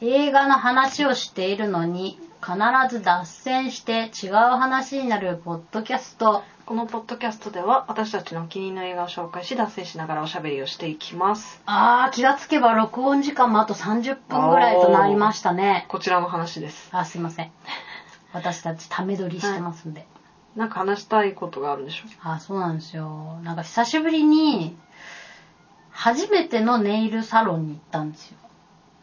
映画の話をしているのに必ず脱線して違う話になるポッドキャストこのポッドキャストでは私たちのお気に入りの映画を紹介し脱線しながらおしゃべりをしていきますあー気がつけば録音時間もあと30分ぐらいとなりましたねこちらの話ですあすいません私たちため撮りしてますんで、なんか話したいことがあるんでしょあそうなんですよなんか久しぶりに初めてのネイルサロンに行ったんですよ、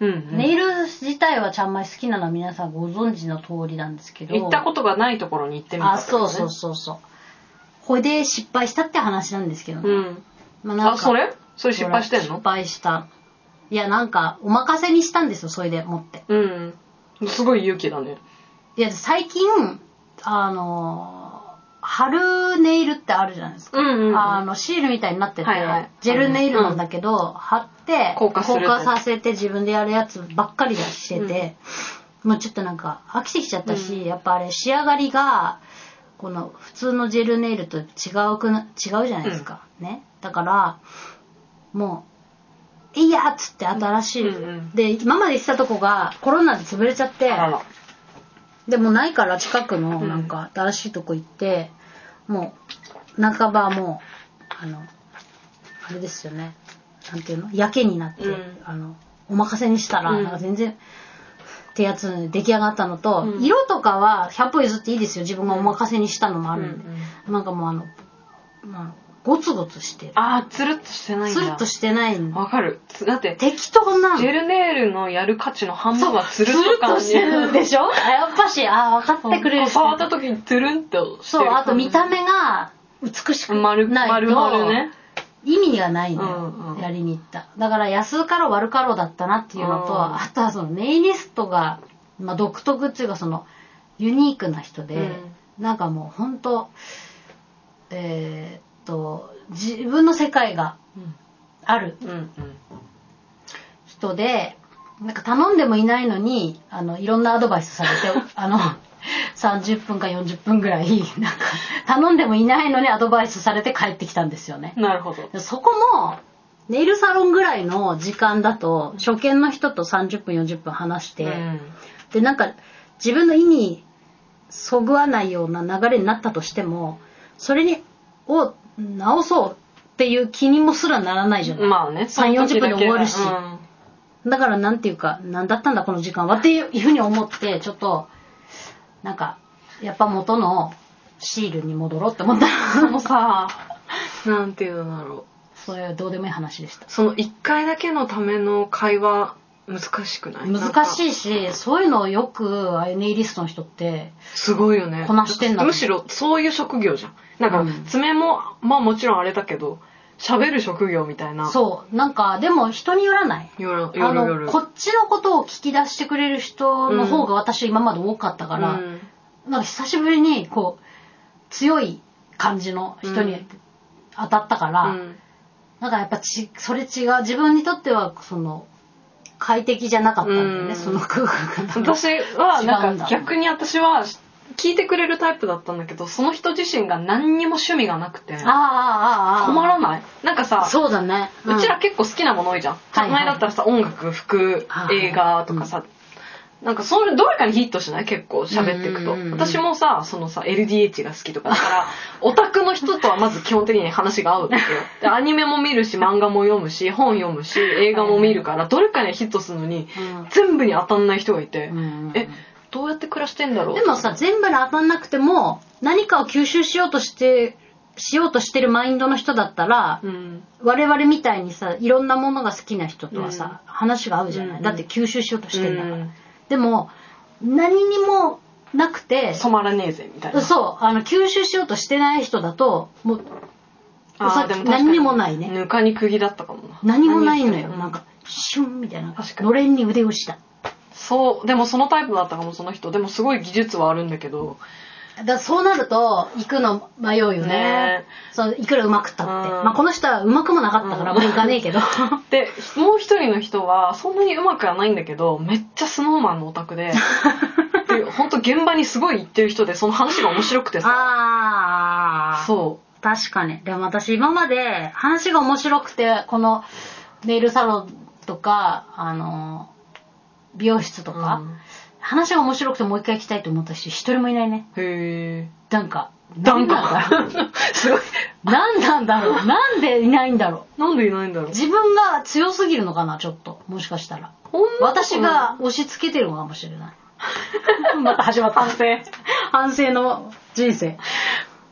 うん、ネイル自体はちゃんまい好きなのは皆さんご存知の通りなんですけど行ったことがないところに行ってみたあそうそうそうそうほいで失敗したって話なんですけどね、うんまあなんかあそれそれ失敗してんほらの失敗したいやなんかお任せにしたんですよそれで持ってうんすごい勇気だねいや最近あのー貼るネイルってあるじゃないですか、うんうんうんあのシールみたいになってて、はいはいジェルネイルなんだけど、貼って硬化する硬させて自分でやるやつばっかりだしてて、もうちょっとなんか飽きてきちゃったし、うんやっぱあれ仕上がりがこの普通のジェルネイルと違うくな違うじゃないですか、ねだからもう「いいや!」っつって新しい、うんうんで今まで行ってたとこがコロナで潰れちゃってあらでもないから近くのうんなんか新しいとこ行って、もう半ばもうあのあれですよねなんていうのやけになって、うんあのお任せにしたらうんなんか全然、ってやつ出来上がったのと、うん色とかは100歩譲っていいですよ自分がお任せにしたのもあるんで、うんなんかもうあのまあゴツゴツしてるあーつるっとしてないんだスルッとしてないんでわかるつだって適当なのジェルネイルのやる価値の半分はスつるルっとッ感とじしてるでしょあやっぱしあ分かってくれる人触った時にトゥルンとしてそるう、あと見た目が美しくない丸と丸々ね意味がないのよ、うんうんやりに行った。だから安かろう悪かろうだったなっていうのと、うんあとはそのネイリストが、まあ、独特っていうかそのユニークな人で、なんかもう本当えーっと自分の世界がうんあるうんうん人でなんか頼んでもいないのにあのいろんなアドバイスされ てあの30分か40分ぐらいなんか頼んでもいないのにアドバイスされて帰ってきたんですよねなるほどそこもネイルサロンぐらいの時間だと初見の人と30分40分話して、うんでなんか自分の意にそぐわないような流れになったとしてもそれにを直そうっていう気にもすらならないじゃない、まあね3 40分で終わるしうんだからなんていうか何だったんだこの時間はっていうふうに思ってちょっとなんかやっぱ元のシールに戻ろうって思ったそのさなんていうのだろうそういうどうでもいい話でしたその1回だけのための会話難しくない 難いしいしそういうのをよくああいうネイリストの人ってすごいよねこなしてんだむしろそういう職業じゃんなんか、うん爪もまあもちろんあれだけど喋る職業みたいなそうなんかでも人によらない夜あ夜の夜こっちのことを聞き出してくれる人の方が私今まで多かったから、うんなんか久しぶりにこう強い感じの人うにん当たったから、うんなんかやっぱちそれ違う自分にとってはその快適じゃなかったんだよね、うんその空間が。私は違うなんんだか逆に私は聞いてくれるタイプだったんだけどその人自身が何にも趣味がなくてああああああ困らないなんかさそうだね、んうちら結構好きなもの多いじゃん、はいはい前だったらさ音楽服あー映画とかさ、なんかそれどれかにヒットしない結構喋っていくと、うんうんうん私もさそのさ LDH が好きとかだ からオタクの人とはまず基本的に話が合うんだよでアニメも見るし漫画も読むし本読むし映画も見るからどれかにヒットするのに全部に当たんない人がいて、うんうんえどうやって暮らしてんだろうでもさ全部に当たんなくても何かを吸収しようとしてしようとしてるマインドの人だったら、うん我々みたいにさいろんなものが好きな人とはさ、話が合うじゃない、うんうんだって吸収しようとしてんだから、うんでも何にもなくて染まらねえぜみたいなそうあの吸収しようとしてない人だともうあーさっきでも確か何にもないねぬかに釘だったかもな何もないのよ、うんなんかシュンみたいな確かにのれんに腕をしたそうでもそのタイプだったかもその人でもすごい技術はあるんだけどだからそうなると行くの迷うよねねそういくらうまくったって、うんまあ、この人はうまくもなかったからうんもう行かねえけど でもう一人の人はそんなにうまくはないんだけどめっちゃスノーマンのオ タクでで本当現場にすごい行ってる人でその話が面白くてさああそ確かにでも私今まで話が面白くてこのネイルサロンとかあの美容室とか、話が面白くてもう一回来たいと思った人一人もいないねうんへえなんかなんなんだろうかすごい何なんだろうなんでいないんだろなんでいないんだろうう自分が強すぎるのかなちょっともしかしたらほんま私が押し付けてるのかもしれないまた始まった反省反省の人生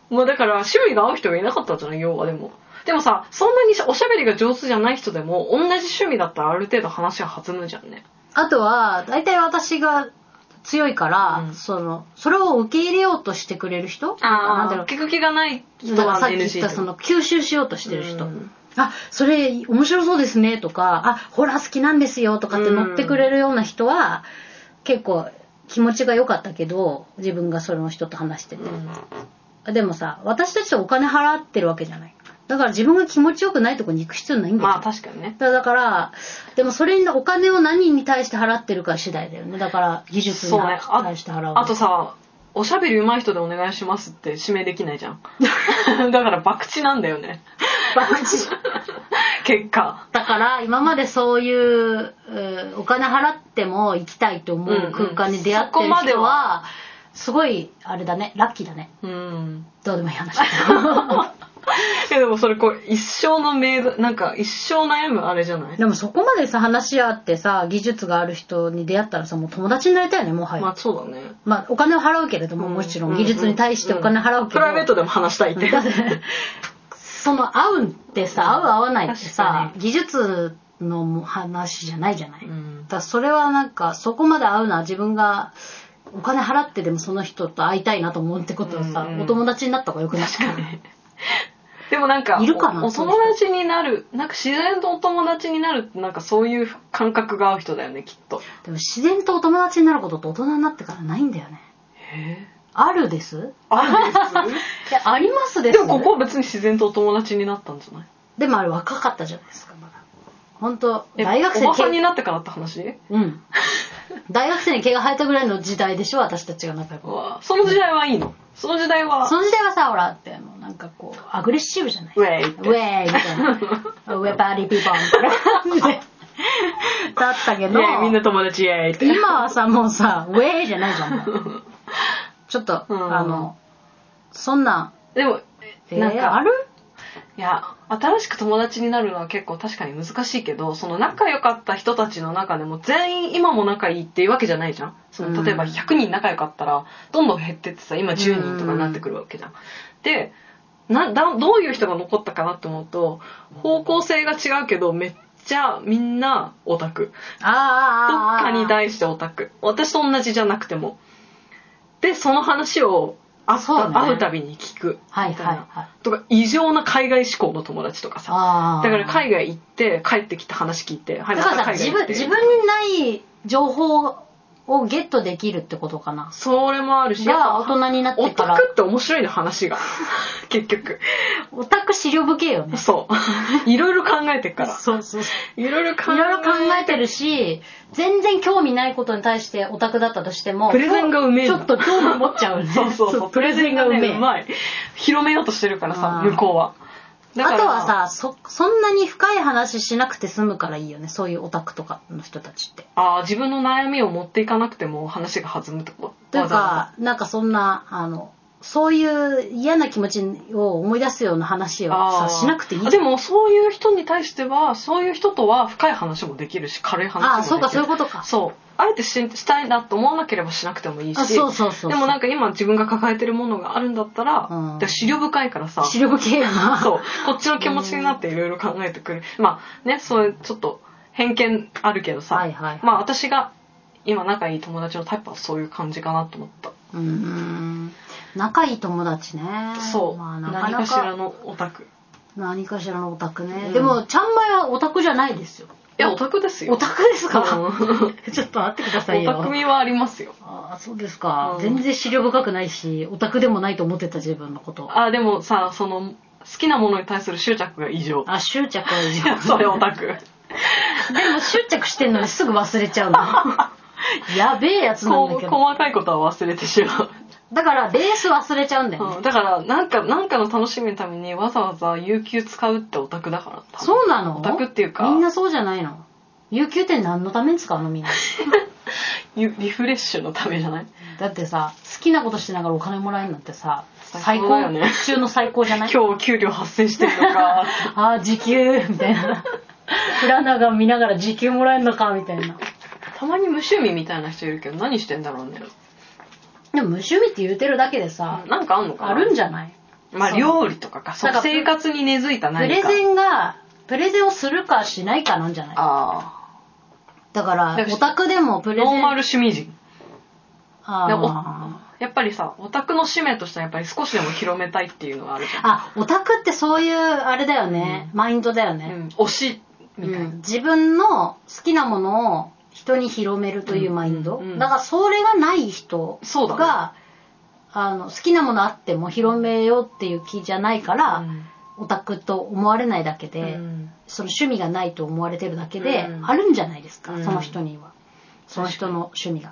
まあだから趣味が合う人がいなかったんじゃない要はでもでもさそんなにおしゃべりが上手じゃない人でも同じ趣味だったらある程度話は弾むじゃんねあとは大体私が強いから、うんそのそれを受け入れようとしてくれる人なんだろう聞く気がない人だかはらさっき NG 言ったその吸収しようとしてる人、うんあそれ面白そうですねとかあホラー好きなんですよとかって乗ってくれるような人は、結構気持ちが良かったけど自分がその人と話してて、でもさ私たちとお金払ってるわけじゃないだから自分が気持ちよくないとこに行く必要ないんだよ、まあ確かにねだからでもそれにお金を何に対して払ってるか次第だよねだから技術にそうねあ対して払うあとさおしゃべり上手い人でお願いしますって指名できないじゃ んだから博打なんだよね バカじ結果だから今までそういううんお金払っても行きたいと思う空間に出会ってうんうんそるこまで人ははすごいあれだねラッキーだねうん どうでもいい話だいやでもそれこう一生の名なんか一生悩むあれじゃないでもそこまでさ話し合ってさ技術がある人に出会ったらさもう友達になりたいよねもはや、まあまそうだねあ、お金を払うけれども、もちろん技術に対してお金払うけプど、ライベートでも話したいってだってその合うってさ、合う合わないってさ確か技術のも話じゃないじゃない、うんだからそれはなんかそこまで合うのは自分がお金払ってでもその人と会いたいなと思うってことはさ、うんうんお友達になった方がよくない確かにでもなんかいるかなおおそうい友う人達になるなんか自然とお友達になるってなんかそういう感覚が合う人だよねきっとでも自然とお友達になることって大人になってからないんだよねあるですあるんですいやありますですでもここは別に自然とお友達になったんじゃないでもあれ若かったじゃないですかまだ本当え大学生おばさんになってからって話うん大学生に毛が生えたぐらいの時代でしょ私たちが仲良くうわその時代はいいのその時代はその時代はさ、ほら、って、あの、なんかこう、アグレッシブじゃないウェイっウてェーイみたいな。ウェパーリーピーポンみたいな。だったけイど、エイみんな友達イエイって今はさ、もうさ、ウェーイじゃないじゃん。もうちょっと、うんあの、そんな、でもえーなんかあるいや新しく友達になるのは結構確かに難しいけどその仲良かった人たちの中でも全員今も仲いいっていうわけじゃないじゃんそうんの例えば100人仲良かったらどんどん減ってってさ今10人とかになってくるわけじゃん。でなだどういう人が残ったかなって思うと方向性が違うけどめっちゃみんなオタク。どっあーあーあーあーかに対してオタク私と同じじゃなくてもでその話を会ったそうね会うたびに聞くはいみたいはいなはい。とか異常な海外志向の友達とかさあーだから海外行って帰ってきた話聞いてはいだからまさ、た海自外行分、って自分にない情報をゲットできるってことかな。それもあるしやっがぱ大人になってオかタら、クって面白いね 話が結局オタク資料部系よね。そういろいろ考えてっからそうそうそう。いろいろ考いろいろ考ええ てるし、全然興味ないことに対してオタクだったとしても、プレゼンがうめえちのょっと興味持っちゃうね。 そうそうそうプレゼンがねうあまい広めようとしてるからさあー向こうはだからとはさそ、そんなに深い話しなくて済むからいいよね。そういうオタクとかの人たちって。あー自分の悩みを持っていかなくても話が弾むとこというわざわか、なんかそんな、あの、そういう嫌な気持ちを思い出すような話をざあさ、ーしなくていい。でもそういう人に対してはそういう人とは深い話もできるし軽い話もできあるあ、そうか、そういうことか。そうあえてししたいなと思わなければしなくてもいいしあそうそうそう。でもなんか、か今自分が抱えてるものがあるんだったら,、うんだから資料深いからさ視力系やな。そうこっちの気持ちになっていろいろ考えてくるまあねそういうちょっと偏見あるけどさ、はいはい。まあ私が今仲いい友達のタイプはそういう感じかなと思ったうーん。仲いい友達ね。そう、まあ、なか何なかし。からのオタクい何かしらのオタクね、うんでもちゃんまいはオタクじゃないですよやオタクですよオタクですか、うん ちょっと待ってくださいオよタク味はありますよああそうですか、うん全然資料深くないしオタクでもないと思ってた自分のことああでもさその好きなものに対する執着が異常執着はいいいじゃやん それオタクでも執着してんのにすぐ忘れち ゃうのやべえやつなんだこけうど細かいことは忘れてしまだからベース忘れちゃうんだよね、う、うん、だからなんかなんかの楽しみのためにわざわざ有給使うってオタクだから多分そうなのオタクっていうかみんなそうじゃないの有給って何のために使うのみんなゆリフレッシュのためじゃないだってさ好きなことしながらお金もらえるんだってさ最最高高だよね中の最高じゃない今日給料発生してる のかああ時給みたいな占いが見ながら時給もらえるのかみたいなたまに無趣味みたいな人いるけど何してんだろうねでも無趣味って言うてるだけでさ、なんかあんのかなあるんじゃないまあそう料理とかかそうなんか生活に根付いたプ何かレゼンがプレゼンをするかしないかなんじゃないあだからなんかオタクでもプあレゼンノーマル趣味人でおあやっぱりさオタクの使命としてはやっぱり少しでも広めたいっていうのがあるじーゃあオタクってそういうあれだよね、マインドだよん、うね、ん、推しみたいな、うん自分の好きなものを人に広めるというマインド、うんうんだからそれがない人そうだねが、あの好きなものあっても広めようっていう気じゃないから、オタクと思われないだけうで、んその趣味がないと思われてるだけで、うんあるんじゃないですか、うんその人にはその人の趣味が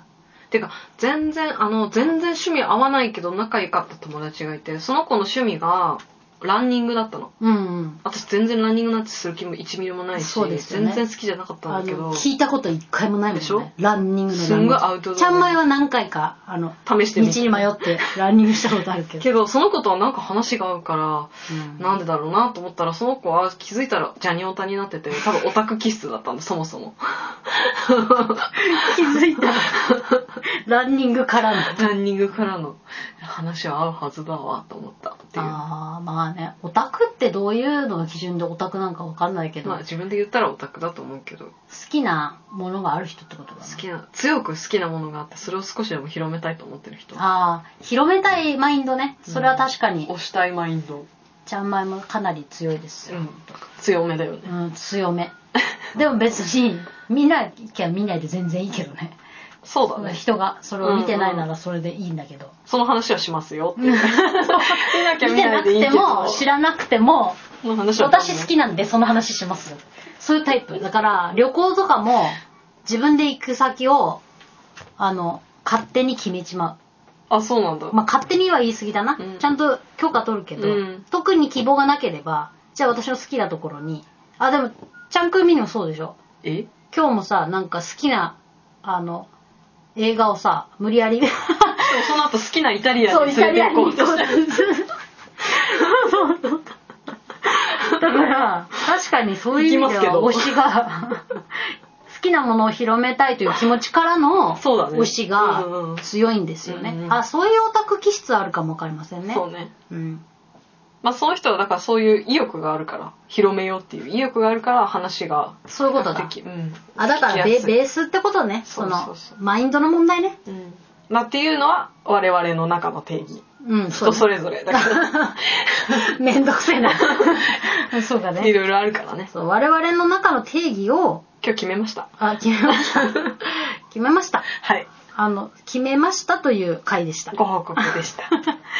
てか全然あの全然趣味合わないけど仲良かった友達がいてその子の趣味がランニングだったのうんうん私全然ランニングなんてする気も1ミリもないし、そうですよね全然好きじゃなかったあんだけどの試聞いたこと一回もないもんでしょねランニングのすんごいアウトドアちゃんまいは何回かあのして道みに迷ってランニングしたことあるけど、けどその子とはなんか話が合うからなんでだろうなと思ったらその子は気づいたらジャニオタになってて多分オタク気質だったんだそもそも気づい たランニングからのランニングからの話は合うはずだわと思ったっていうああまあねオタクってどういうのが基準でオタクなんかわかんないけど、まあ好自分で言ったらオタクだと思うけどきなものがある人ってことだね好きな強く好きなものがあってそれを少しでも広めたいと思ってる人ああ広めたいマインドねそれは確かに、押したいマインド、ちゃんまいもかなり強いですうよ、ん、強めだよねうん強めでも別に見なきゃ見ないで全然いいけどね そうだね人がそれを見てないならそれでいいんだけど、 その話はしますよっていう見なきゃ見見てなないでくいいけてども知らなくてもその話は私好きなんでその話しますそういうタイプだから旅行とかも自分で行く先をあの勝手に決めちまあそうなんだ、うまあ勝手には言い過ぎだな、うんちゃんと許可取るけど、うん特に希望がなければじゃあ私の好きなところにあでもちゃんくんみにもそうでしょえ今日もさなんか好きなあの映画をさ無理や りでもその後好きなイタリアそうインにタ連リれてアに行こ行こううととししててるそうそうだから確かにそういう意行味きますでけはど推しが好きなものを広めたいという気持ちからのそうだね推しうんうがん強いんですよね、うんうんあそういうオタク気質あるかもわかりませんねそうねうん、まあその人はだからそういう意欲があるから広めようっていう意欲があるから話がそういうことだできうんあだから聞きベやすいベースってことねそのそうそうそうマインドの問題ねうんまあっていうのは我々の中の定義うんそうね人それぞれだか めんどくせえ な。そうだら いね。ろいろあるからねそう、我々の中の定義を、今日決めましたあ、決めま した。決めました。はいあの、決めましたという回でした。 ご報告でした